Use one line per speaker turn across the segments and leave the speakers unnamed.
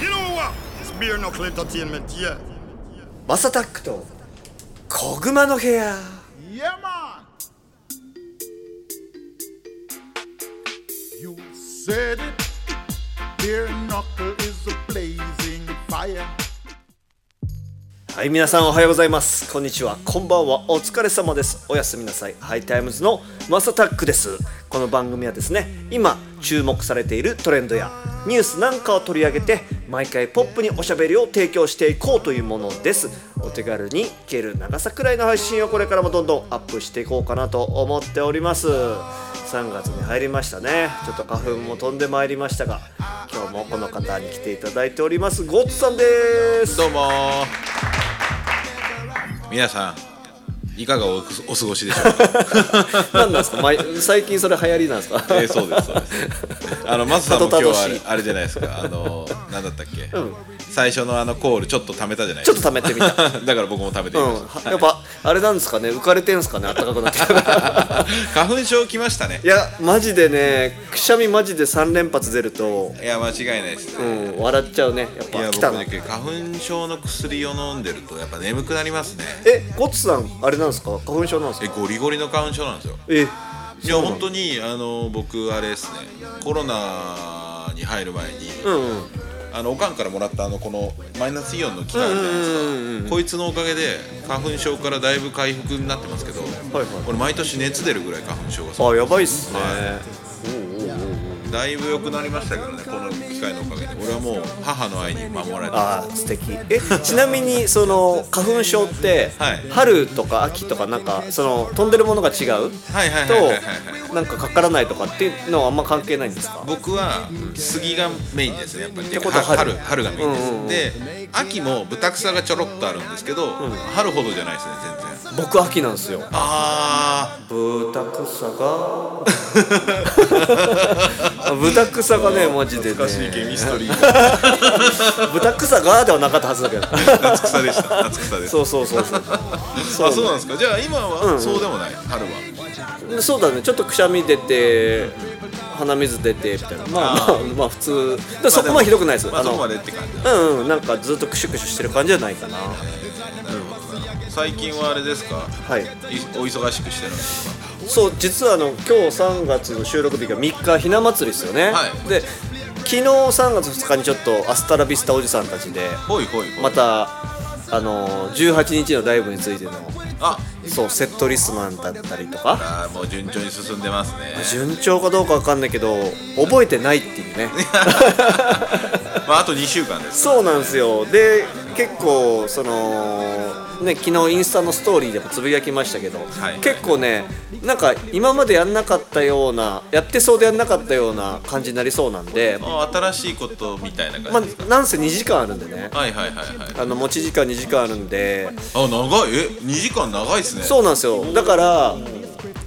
You know what? It's beer knuckle entertainment, yeah.
マサタックと小熊の部屋
Yeah, man. You said it. Beer knuckle is a blazing fire.
はい皆さんおはようございますこんにちはこんばんはお疲れ様ですおやすみなさいハイタイムズのマサタックですこの番組はですね今注目されているトレンドやニュースなんかを取り上げて毎回ポップにおしゃべりを提供していこうというものですお手軽に聞ける長さくらいの配信をこれからもどんどんアップしていこうかなと思っております3月に入りましたねちょっと花粉も飛んでまいりましたが今日もこの方に来ていただいておりますゴッツさんです
どうもー皆さんいかがおお過ごしでしょ うか、
なんなんですか、ま、最近それ流行りなんですか
えーそうですそうですあの松さんも今
た
日
どたど
はあ
しい
れあれじゃないですかあのなんだったっけ、最初のあのコールちょっと貯めたじゃな い
ち
で
ょっ
す
と
か
溜めてみた、うん、
だから僕も貯めてみました、
やっぱあれなんですかね浮かれてんすかねあったかくなってきた から
花粉症来ましたね
いやマジでねくしゃみマジで3連発出ると、
いや間違いないです
う
ね、
ん、笑っちゃうねやっ
いや
ぱ来た
僕
な
ね花粉症の薬を飲んでるとやっぱ眠くなりますね
えゴッツさんあれなんですか花粉症なんです
え
か
ゴリゴリの花粉症なんですよ
え
いや本当にあの僕あれですねコロナに入る前に、
うんうん
あのおかんからもらったあのこのマイナスイオンの機械あるじゃないですか、
うんうんうんうん
こいつのおかげで花粉症からだいぶ回復になってますけど、
はい
俺毎年熱出るぐらい花粉症がさ
あやばいっすね、
は
おうおうおうおう
だいぶ良くなりましたけどねこの機械のおかげで俺はもう母の愛に守られて
あー素敵えちなみにその花粉症って、
はい
春とか秋とかなんかその飛んでるものが違う
はいはいはいはいはいはい
となんかかからないとかっていうのはあんま関係ないんですか
僕は杉がメインですねやっぱり
てことは春
春春がメインです、で秋もブタクサがちょろっとあるんですけど、春ほどじゃないですね全然
僕秋なんですよ
あ
豚草が 豚草がねマジでね
あミスト リー
豚草がではなかったはずだけど
夏草 でした夏草です
そうそうそうそう
あそうなんですかじゃあ今はそうでもない、春は
でそうだねちょっとくしゃみ出て鼻水出てみたいなまあまあまあ普通でそこまでひどくないです、
まあ、
あ
そ
の
こまでって感じだ
うんうんなんかずっとクシュクシュしてる感じじゃないかな
なるほどな最近はあれですか、
はい
いお忙しくしてるんですか
そう実はあの今日3月の収録日が3日ひな祭りですよね、
はい
で昨日3月2日にちょっとアスタラビスタおじさんたちで
ほいほいほい、
またあの18日のライブについての
あ
そうセットリストなんだったりとか
あーもう順調に進んでますね
順調かどうかわかんないけど覚えてないっていうね
まああと2週間です
そうなんですよで結構そのね昨日インスタのストーリーでもつぶやきましたけど、
はい
結構ねなんか今までやんなかったようなやってそうでやんなかったような感じになりそうなんで
もう新しいことみたいな
ま
感じですか、
あなんせ2時間あるんでね
はいはいはいはい
あの持ち時間2時間あるんで
あ長いえ2時間長いですね
そうなんですよだから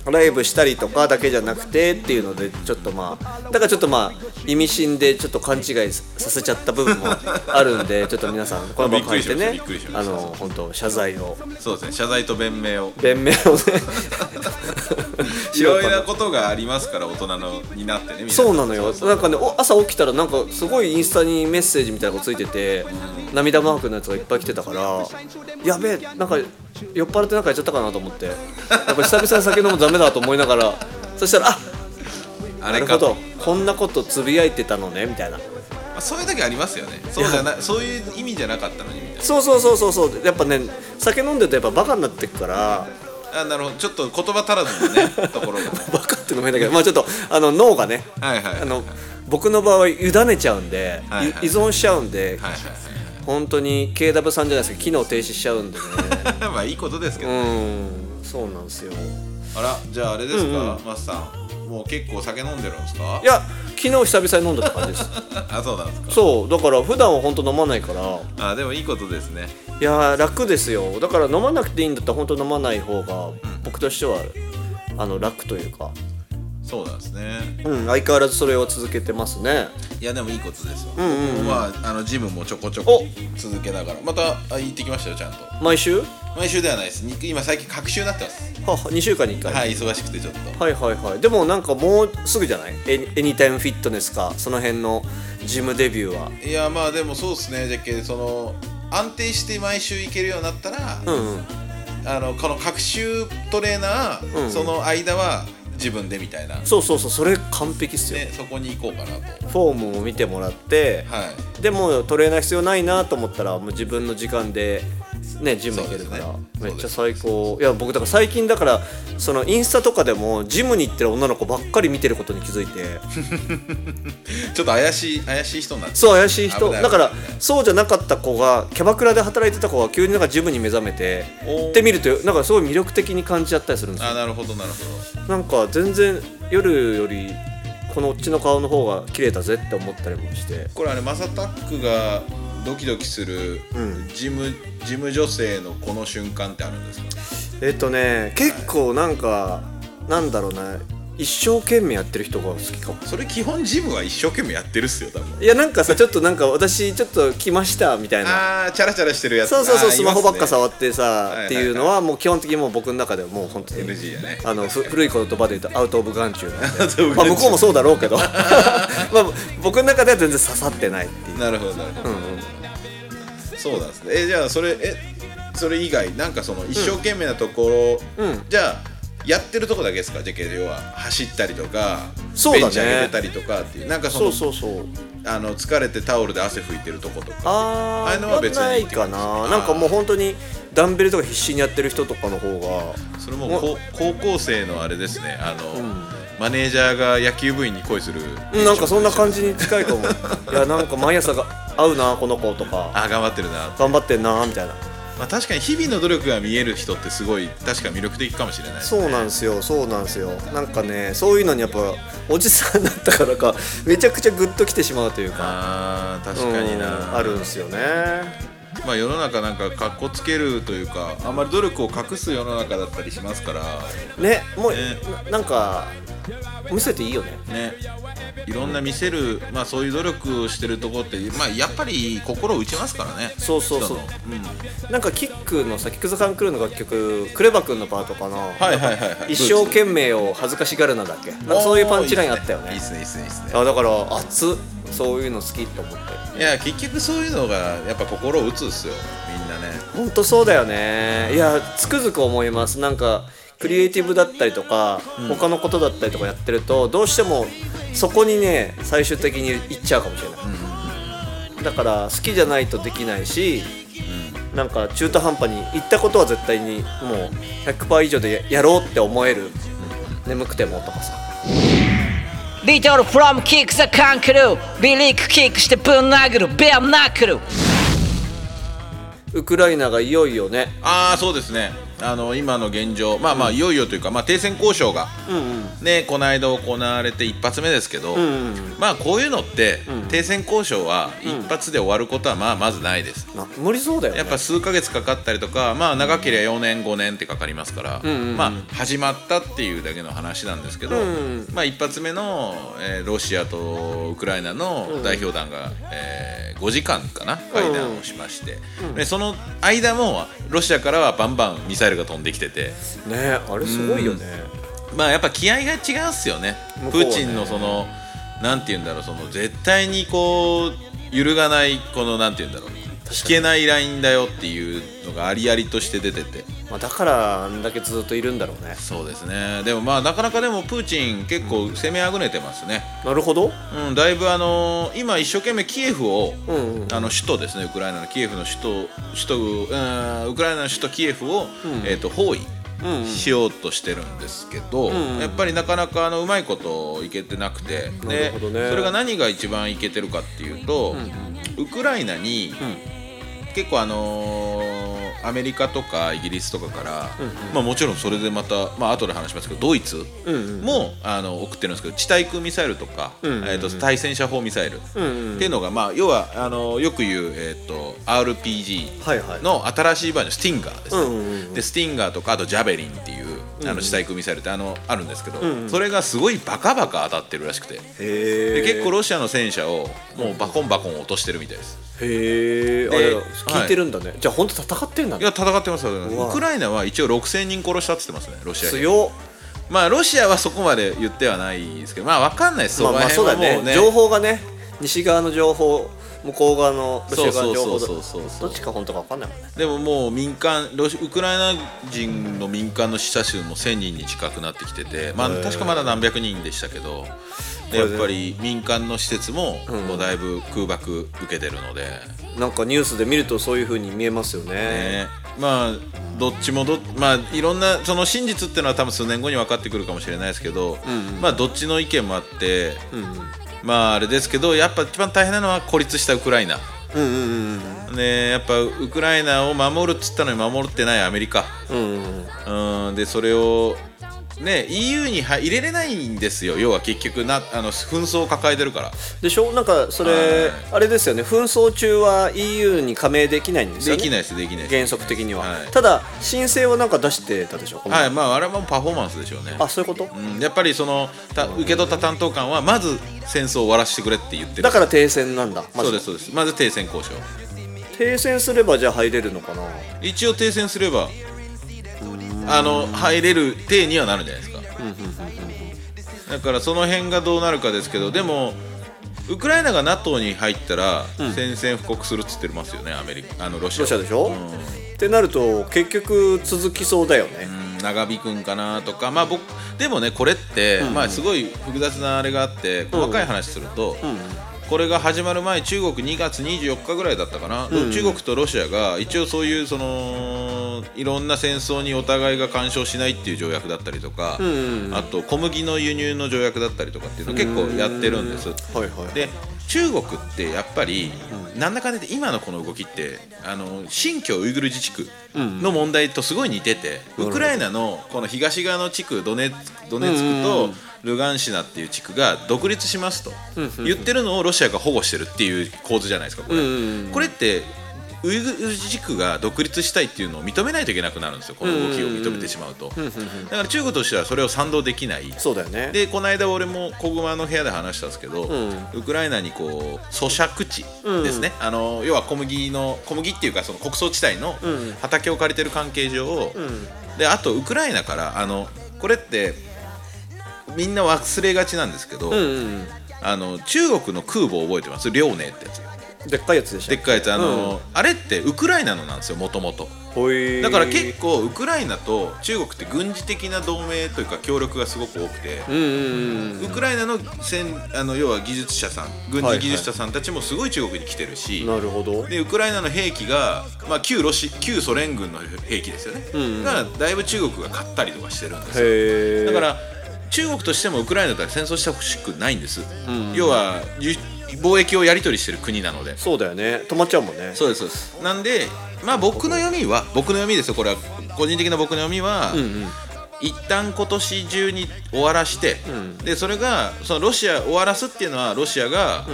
ライブしたりとかだけじゃなくてっていうのでちょっとまあだからちょっとまあ意味深でちょっと勘違いさせちゃった部分もあるんで ちょっと皆さんこの場を借りてね
びっくりしま
あ
した
の本当謝罪を
そうですね謝罪と弁明を
弁明をね
い
しよう
ろいろ
か
な
な
ことがありますから大人のになってね皆さん
そうなのよなんかねお朝起きたらなんかすごいインスタにメッセージみたいなのがついてて涙マークのやつがいっぱい来てたからやべえなんか酔っ払ってなんかやっちゃったかなと思ってやっぱ久々に酒飲むのダメだと思いながらそしたらあ
あ
な
れ
る
か
ほ
と
どこんなことつぶやいてたのねみたいな
まあ、そういう時ありますよねそうじゃなそういう意味じゃなかったのにみたいな
そうそうそうそうそうやっぱね酒飲んでるとやっぱバカになってくから
あなるほどちょっと言葉足らずの ねところがね
バカってのも変だけどまあちょっとあの脳がね
はいはいはい
あの僕の場合委ねちゃうんで、
はいはい
依存しちゃうんで、
はいは
本当に KW さんじゃないですけど機能停止しちゃうんで ね
い はいまあいいことですけど、
うんそうなんですよい
あらじゃああれですか、マスさんもう結構酒飲んでるんですか
や昨日久々に飲んだって感じです
あそうなんですか
そうだから普段は本当飲まないから
あでもいいことですね
いやー楽ですよだから飲まなくていいんだったら本当飲まない方が僕としてはあの楽というか
そうなんですね
うん、相変わらずそれを続けてますね
いやでもいいことですよ、
んうんうん
僕はあのジムもちょこちょこ続けながらまたあ行ってきましたよちゃんと
毎週は
毎週ではないですに今最近隔週になってます
2週間に1回、
はい忙しくてちょっと
はいはいはいでもなんかもうすぐじゃないエニエニタイムフィットネスかその辺のジムデビューはい
やまあでもそうですねじゃっけその安定して毎週行けるようになったら、
うんうん
あのこの各週トレーナー、
うん
その間は自分でみたいな、
そうそうそうそれ完璧っすよ、
ね、そこに行こうかなと
フォームを見てもらって、
はい
でもトレーナー必要ないなと思ったらもう自分の時間でねジム行けるから、
そうです
め
ね
っちゃ最高いや僕だから最近だからそのインスタとかでもジムに行ってる女の子ばっかり見てることに気づいて
ちょっと怪しい怪しい人になって
そう怪しい人
危ない
だから
危ない
そうじゃなかった子がキャバクラで働いてた子が急になんかジムに目覚めて
おー
行ってみるとなんかすごい魅力的に感じちゃったりするんです
あ
よ
なるほどなるほ
なんか全然夜よりこのうちの顔の方が綺麗だぜって思ったりもして
どこれあれマサタックがドキドキする
うん
ジム、ジム女性のこの瞬間ってあるんですか
えっとね結構なんかなんだろうな一生懸命やってる人が好きかも
それ基本ジムは一生懸命やってるっすよ多分
いやなんかさちょっとなんか私ちょっと来ましたみたいな
あーチャラチャラしてるやつ
そうそうそ
あ
う
ー
スマホばっか
い
触って
いはいは
さ
い
っていうのはもう基本的にもう僕の中ではもう本当に
ますね NG やね
あのふ古い言葉で言うとアウト・オブ・眼中なん で
ウトオブ眼中
まあ向こうもそうだろうけど まあ僕の中では全然刺さってないっていう
なるほどなるほど、
うんうん
そうなんですねえじゃあそれえそれ以外なんかその一生懸命なところ、
うん
じゃあやってるとこだけですかじゃけ要は走ったりとか
そうだね
ベンチ上げてたりとかっていうなんかそ
そ
の
うそうそう
あの疲れてタオルで汗拭いてるとことか
あ
ああいうのは
あ
別に
ないか
あ
な
ー
なんかもう本当にダンベルとか必死にやってる人とかの方が
それも
も
こう高校生のあれですねあの、
ん
マネージャーが野球部員に恋する
うんなんかそんな感じに近いか もいやなんか毎朝が合うなこの子とか
あ頑張ってるな、
頑張ってんなみたいな
まあ、確かに日々の努力が見える人ってすごい確か魅力的かもしれないです
そうなんですよそうなんですよなんかねそういうのにやっぱおじさんだったからかめちゃくちゃグッときてしまうというか
あー確かに
うん
な
あるんですよね
まあ、世の中なんかかっこつけるというかあんまり努力を隠す世の中だったりしますから
ねもう、
ね
ななんか見せていいよね
ねいろんな見せる、まあ、そういう努力をしてるところって、まあ、やっぱり心を打ちますからね
そうそうそう
人のうん、は
なんかキックのさキックザカンクルーの楽曲クレバ君のパートかな、
いはいはい、はい、
一生懸命を恥ずかしがるなだっけなんかそういうパンチラインあったよね
いいっすねいいっすねいいっすねいいっすね
あだから熱っそういうの好きって思って
いや結局そういうのがやっぱ心を打つっすよみんなね
本当そうだよねいやつくづく思いますなんかクリエイティブだったりとか、他のことだったりとかやってるとどうしてもそこにね最終的に行っちゃうかもしれない、だから好きじゃないとできないし、なんか中途半端に行ったことは絶対にもう100%以上でややろうって思える、眠くてもとかさ
Little from kick the kangaroo ビリックキックしてぶん殴るベアナックル
ウクライナがいよいよね
ああそうですねあの今の現状まあまあいよいよというか、まあ、停戦交渉が、ねこの間行われて一発目ですけど、
ん
まあこういうのって、停戦交渉は一発で終わることはまあまずないです、
な無理そうだよね
やっぱ数ヶ月かかったりとかまあ長ければ4年5年ってかかりますから、まあ始まったっていうだけの話なんですけど、まあ一発目の、えーロシアとウクライナの代表団が、えー5時間かな会談をしまして、でその間もロシアからはバンバンミサイルが飛んできてて
ねあれすごいよね、
まあやっぱ気合が違うっすよね
向こ
プ
うはね
ーチンのそのなんて言うんだろうその絶対にこう揺るがないこのなんて言うんだろう引けないラインだよっていうのがありありとして出てて
まあ、だからあんだけずっといるんだろうね
そうですねでもまあなかなかでもプーチン結構攻めあぐねてますね、
なるほど
うん、だいぶあの今一生懸命キエフを、
うんうん
あの首都ですねウクライナのキエフの首都首都うんウクライナの首都キエフを、えー、と包囲
うんうん
しようとしてるんですけど、
んうん
やっぱりなかなかあのうまいこといけてなくて
なる
で
ほどね
それが何が一番いけてるかっていうと、ウクライナに、結構あのーアメリカとかイギリスとかから、まあ、もちろんそれでまた、まあ後で話しますけどドイツ
うんうん
も、あの送ってるんですけど地対空ミサイルとか、
んうんうん
えー、と対戦車砲ミサイル、
うんう
っ
ん
ていうのが、まあ、要はあのよく言う、えー、と RPG
はいはい
の新しいバージョンスティンガーです、
うんうんうん
でスティンガーとかあとジャベリンっていう、あの地対空ミサイルってあのあるんですけど、それがすごいバカバカ当たってるらしくて
へ
で結構ロシアの戦車をもうバコンバコン落としてるみたいです
へえあ
で
れ聞いてるんだね、じゃあ本当戦ってんだ
い
ね
や戦ってますよ
わ
ウクライナは一応6000人殺したって言ってますねロシア兵
強っ
まあロシアはそこまで言ってはないですけどまあわかんないですそ
まあ
こ
ま
ら
あそう
辺は
だ
も
ね
うね
情報がね西側の情報向こう側のロシア側の情報
そうそうそうそうそ
ど
う
っちか本当か分かんないもんね
でももう民間ロシウクライナ人の民間の死者数も1000人に近くなってきてて、まあ、確かまだ何百人でしたけどでやっぱり民間の施設ももうだいぶ空爆受けてるので、
なんかニュースで見るとそういう風に見えますよね
ねまあどっちもどまあいろんなその真実っていうのは多分数年後に分かってくるかもしれないですけど、まあどっちの意見もあって、まああれですけどやっぱ一番大変なのは孤立したウクライナ。
うんうんうん
ねやっぱウクライナを守るっつったのに守ってないアメリカ、
うんうん
うんでそれを、ね、EU に入入れれないんですよ要は結局なあの紛争を抱えてるから
でしょなんかそ
は
れ
い
あれですよね紛争中は EU に加盟できないんですよ
で
ね
きないですできないで
原
す
則的には、
はい
ただ申請はなんか出してたでしょこの
はいまああれはもうパフォーマンスでしょうね
あそういうこと
うん、やっぱりそのた受け取った担当官はまず戦争を終わらせてくれって言ってる
だから停戦なんだまず
そうですそうですまず停戦交渉
停戦すればじゃあ入れるのかな
一応停戦すればあの入れる体にはなるんじゃないですかだからその辺がどうなるかですけどでもウクライナが NATO に入ったら宣戦布告するっつってますよねアメリカあのロシ
ロ
アは
シアでしょ、ってなると結局続きそうだよね、
うん長引くんかなとかまあ僕でもねこれって、まあすごい複雑なあれがあって細かい話すると、これが始まる前中国2月24日ぐらいだったかな、中国とロシアが一応そういうそのいろんな戦争にお互いが干渉しないっていう条約だったりとか、あと小麦の輸入の条約だったりとかっていうの結構やってるんです。
はいはい
で中国ってやっぱり、なんだかんだ言って今のこの動きってあの新疆ウイグル自治区の問題とすごい似てて、ウクライナのこの東側の地区ドネツドネツクとルガンシナっていう地区が独立しますと言ってるのをロシアが保護してるっていう構図じゃないですかこれ,、これってウイグル自治区が独立したいっていうのを認めないといけなくなるんですよこの動きを認めてしまうと、だから中国としてはそれを賛同できない
そうだよね
でこの間俺も小熊の部屋で話したんですけど、ウクライナにこう租借地ですね、あの要は小麦の小麦っていうかその穀倉地帯の畑を借りてる関係上、であとウクライナからあのこれってみんな忘れがちなんですけど、あの中国の空母覚えてます遼寧ってやつ
でっかいやつでし
で
ょ
っかいやつあの、あれってウクライナのなんですよもともと。
ほい
だから結構ウクライナと中国って軍事的な同盟というか協力がすごく多くて、ウクライナの戦あの要は技術者さん軍事技術者さんたちもすごい中国に来てるし、
なるほど
でウクライナの兵器が、まあ、旧ロシ旧ソ連軍の兵器ですよね、がだいぶ中国が買ったりとかしてるんですよ
へえ
だから中国としてもウクライナとは戦争してほしくないんです、要は輸貿易をやり取りしてる国なので
そうだよね止まっちゃうもんね
そうですそうですなんでまあ僕の読みは僕の読みですよこれは個人的な僕の読みは、一旦今年中に終わらして、でそれがそのロシア終わらすっていうのはロシアが、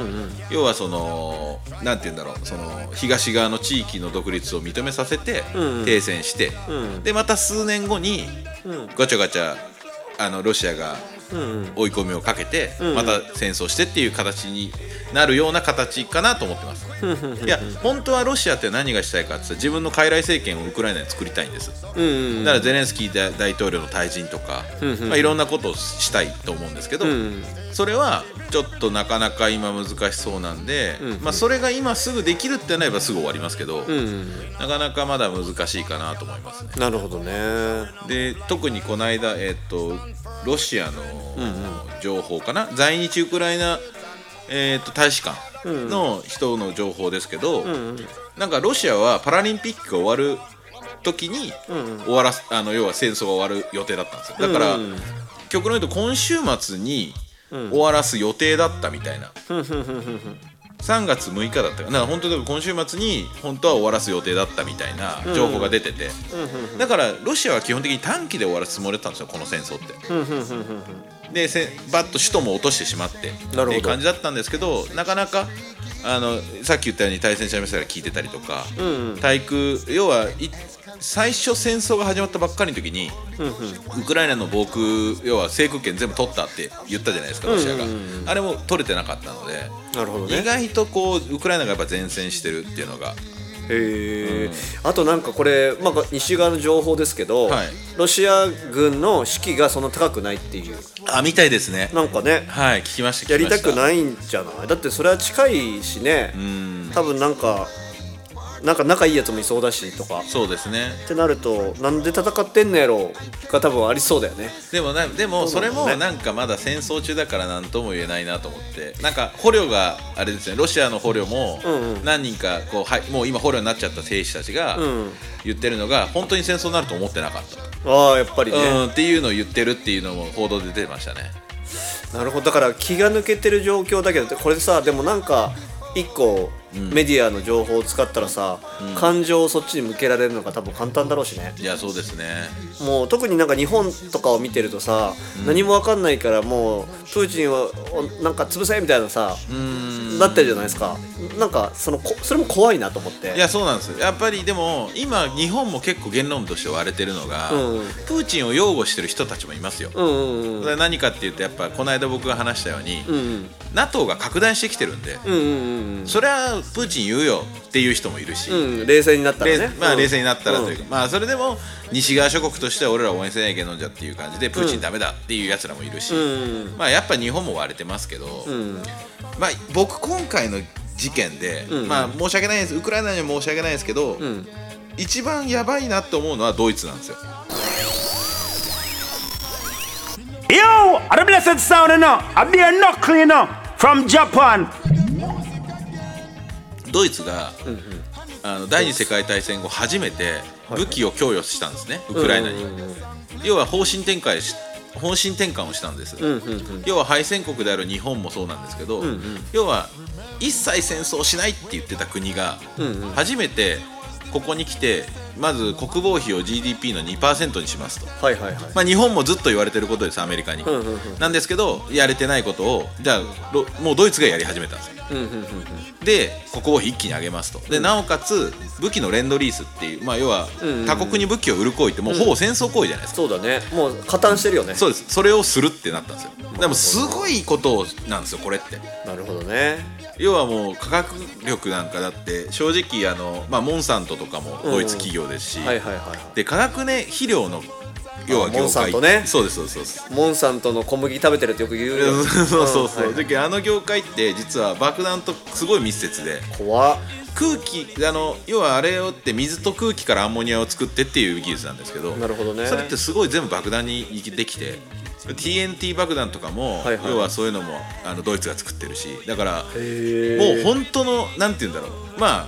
要はそのなんて言うんだろうその東側の地域の独立を認めさせて、停戦して、でまた数年後に、ガチャガチャあのロシアが追い込みをかけて、また戦争してっていう形になるような形かなと思ってます。いや本当はロシアって何がしたいかって言ったら自分の傀儡政権をウクライナに作りたいんです、だからゼレンスキー大大統領の退陣とか、まあ、いろんなことをしたいと思うんですけど、それはちょっとなかなか今難しそうなんで、まあ、それが今すぐできるってなればすぐ終わりますけど、なかなかまだ難しいかなと思いますね。
なるほどね
で特にこの間、えー、とロシアの情報かな、在日ウクライナ、えー、と大使館の人の情報ですけど、なんかロシアはパラリンピックが終わる時に終わらす、あの要は戦争が終わる予定だったんですよだから、極論言うと今週末に終わらす予定だったみたいな。3月6日だったかな本当に今週末に本当は終わらす予定だったみたいな情報が出てて、だからロシアは基本的に短期で終わらすつもりだったんですよこの戦争って。でせバッと首都も落としてしまって
なるほど
っていう感じだったんですけどなかなかあのさっき言ったように対戦車ミサイルが効いてたりとか、対空要はい最初戦争が始まったばっかりの時に、ウクライナの防空要は制空権全部取ったって言ったじゃないですかロシアが、あれも取れてなかったので、
なるほど
意
ね
外とこうウクライナがやっぱ前線してるっていうのが
へえ、あとなんかこれ、まあ、西側の情報ですけど、
はい
ロシア軍の士気がそんな高くないっていう
あみたいですね
なんかね
はい聞きました
やりたく
い
ないんじゃないだってそれは近いしね
うん
多分なんかなんか仲いいやつもいそうだしとか
そうですね
ってなるとなんで戦ってんのやろが多分ありそうだよね
でもなでも
そ
そう
な
れ
んだね
もなんかまだ戦争中だから何とも言えないなと思ってなんか捕虜があれですねロシアの捕虜も
んうん
何人かこう、はい、もう今捕虜になっちゃった兵士たちが
うん
言ってるのが本当に戦争になると思ってなかった、
ああやっぱりね、
うんっていうのを言ってるっていうのも報道で出てましたね
なるほどだから気が抜けてる状況だけどこれさでもなんか一個メディアの情報を使ったらさ、感情をそっちに向けられるのが多分簡単だろうしね
いやそうですね
もう特になんか日本とかを見てるとさ、何もわかんないからもうプーチンはおなんか潰せみたいなさ、
うん
なってるじゃないですかなんかそのこそれも怖いなと思って
いやそうなんですよやっぱりでも今日本も結構言論として割れてるのが、
うん
プーチンを擁護してる人たちもいますよ、
うんうんうん
それは何かっていうとやっぱこの間僕が話したように、
うん
NATO が拡大してきてるんで、
うんうん
それはプーチン言うよっていう人もいるし、
うんうん冷静になったら
冷
ね
まあ、
うん
冷静になったらというか、まあそれでも西側諸国としては俺ら応援せなきゃいけないんじゃっていう感じでプーチンダメだっていうやつらもいるし、
うん
まあやっぱ日本も割れてますけど、
うん
まあ、僕今回の事件で、
うん
まあ申し訳ないですウクライナには申し訳ないですけど、
うん
一番やばいなと思うのはドイツなんですよ
Yo, are the blessed sound you know. I be a knuckle you know, from Japan.
ドイツが、あの第二次世界大戦後初めて武器を供与したんですね、ウクライナに、要は方針転換し方針転換をしたんです、要は敗戦国である日本もそうなんですけど、要は一切戦争しないって言ってた国が、初めてここに来てまず国防費を GDP の2%にしますと。
はいはいはい
まあ、日本もずっと言われてることですアメリカに、
んうんうん
なんですけどやれてないことをじゃあロもうドイツがやり始めたんですよ
うんうんうんうん
で国防費一気に上げますとでなおかつ武器のレンドリースっていう、まあ、要は
んうん
他国に武器を売る行為ってもうほぼ戦争行為じゃないですか、
そうだねもう加担してるよね
そうですそれをするってなったんですよでもすごいことなんですよこれって
なるほどね
要はもう科学力なんかだって正直あの、まあ、モンサントとかもドイツ企業ですし、
はいはいはいはい
で化学ね肥料の要は業
あ
界
モンサントね
そうですそうですそうです
モンさんとの小麦食べてるってよく言うよ
そうそうそう、
んはい
であの業界って実は爆弾とすごい密接で
怖っ
空気あの要はあれをって水と空気からアンモニアを作ってっていう技術なんですけど
なるほどね
それってすごい全部爆弾にできて TNT 爆弾とかも、
はいはい
要はそういうのもあのドイツが作ってるしだからも
へ
う本当のなんて言うんだろうまあ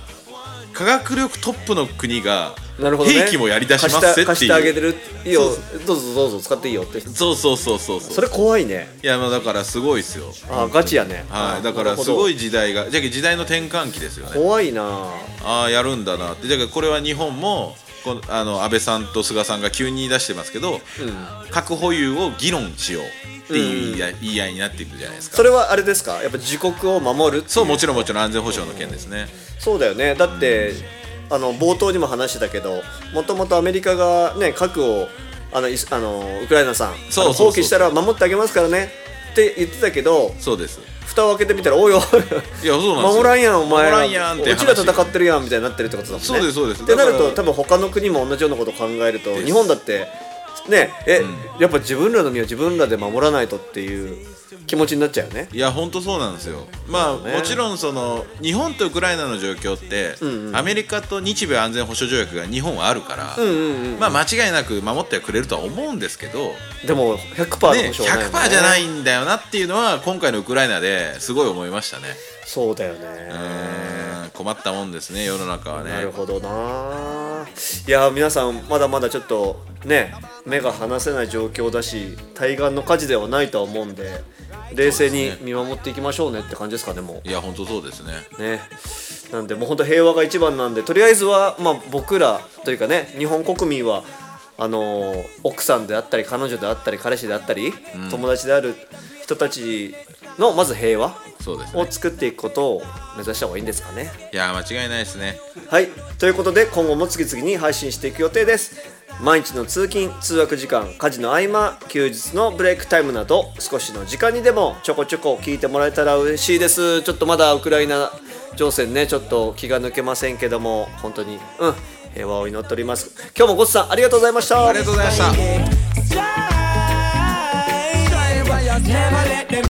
科学力トップの国が
えなるほどね
兵器もやりだしますせっていう
貸してあげてるいいよどうぞどうぞ使っていいよって
そうそうそうそう
そ
そう
れ怖いね
いやまあだからすごいですよ
あガチやね
はい、だからすごい時代がじゃあ時代の転換期ですよね
怖いな
ああやるんだなってだからこれは日本もこのあの安倍さんと菅さんが急に言い出してますけど、核保有を議論しようっていう言い合い,、言い合いになっているじゃないですか
それはあれですかやっぱ自国を守る
そうもちろんもちろん安全保障の件ですね
そうだよねだって、あの冒頭にも話してたけどもともとアメリカがね核をあのイスあのウクライナさん
そう
あの
そうそう
放棄したら守ってあげますからねって言ってたけど
そうです
蓋を開けてみたら「おいおい
いやそうなんですよ
守らんやんお前
守らんやんって
うちら戦ってるやん」みたいになってるってことだもんね
そうですそうです
ってなる
だ
と
から
多分他の国も同じようなことを考えると
です
日本だってねえ、やっぱ自分らの身は自分らで守らないとっていう気持ちになっちゃうよね
いや本当そうなんですよまあ、
ね
もちろんその日本とウクライナの状況って、アメリカと日米安全保障条約が日本はあるから、まあ間違いなく守ってはくれるとは思うんですけど
でも100%の
ね、
保証はないもんね
100%じゃないんだよなっていうのは今回のウクライナですごい思いましたね
そうだよね、
うん困ったもんですね世の中はね
なるほどないやー皆さんまだまだちょっとね目が離せない状況だし対岸の火事ではないとは思うんで冷静に見守っていきましょうねって感じですかねも
いや本当そうですね
うねなんでもう本当平和が一番なんでとりあえずは、まあ、僕らというかね日本国民はあのー奥さんであったり彼女であったり彼氏であったり、友達である人たちのまず平和
そうですね
を作っていくことを目指した方がいいんですかね
いやー間違いないですね
はいということで今後も次々に配信していく予定です毎日の通勤通学時間家事の合間休日のブレイクタイムなど少しの時間にでもちょこちょこ聞いてもらえたら嬉しいですちょっとまだウクライナ情勢ねちょっと気が抜けませんけども本当にうん平和を祈っております今日もごっつさんありがとうございました
ありがとうございました
Reggae.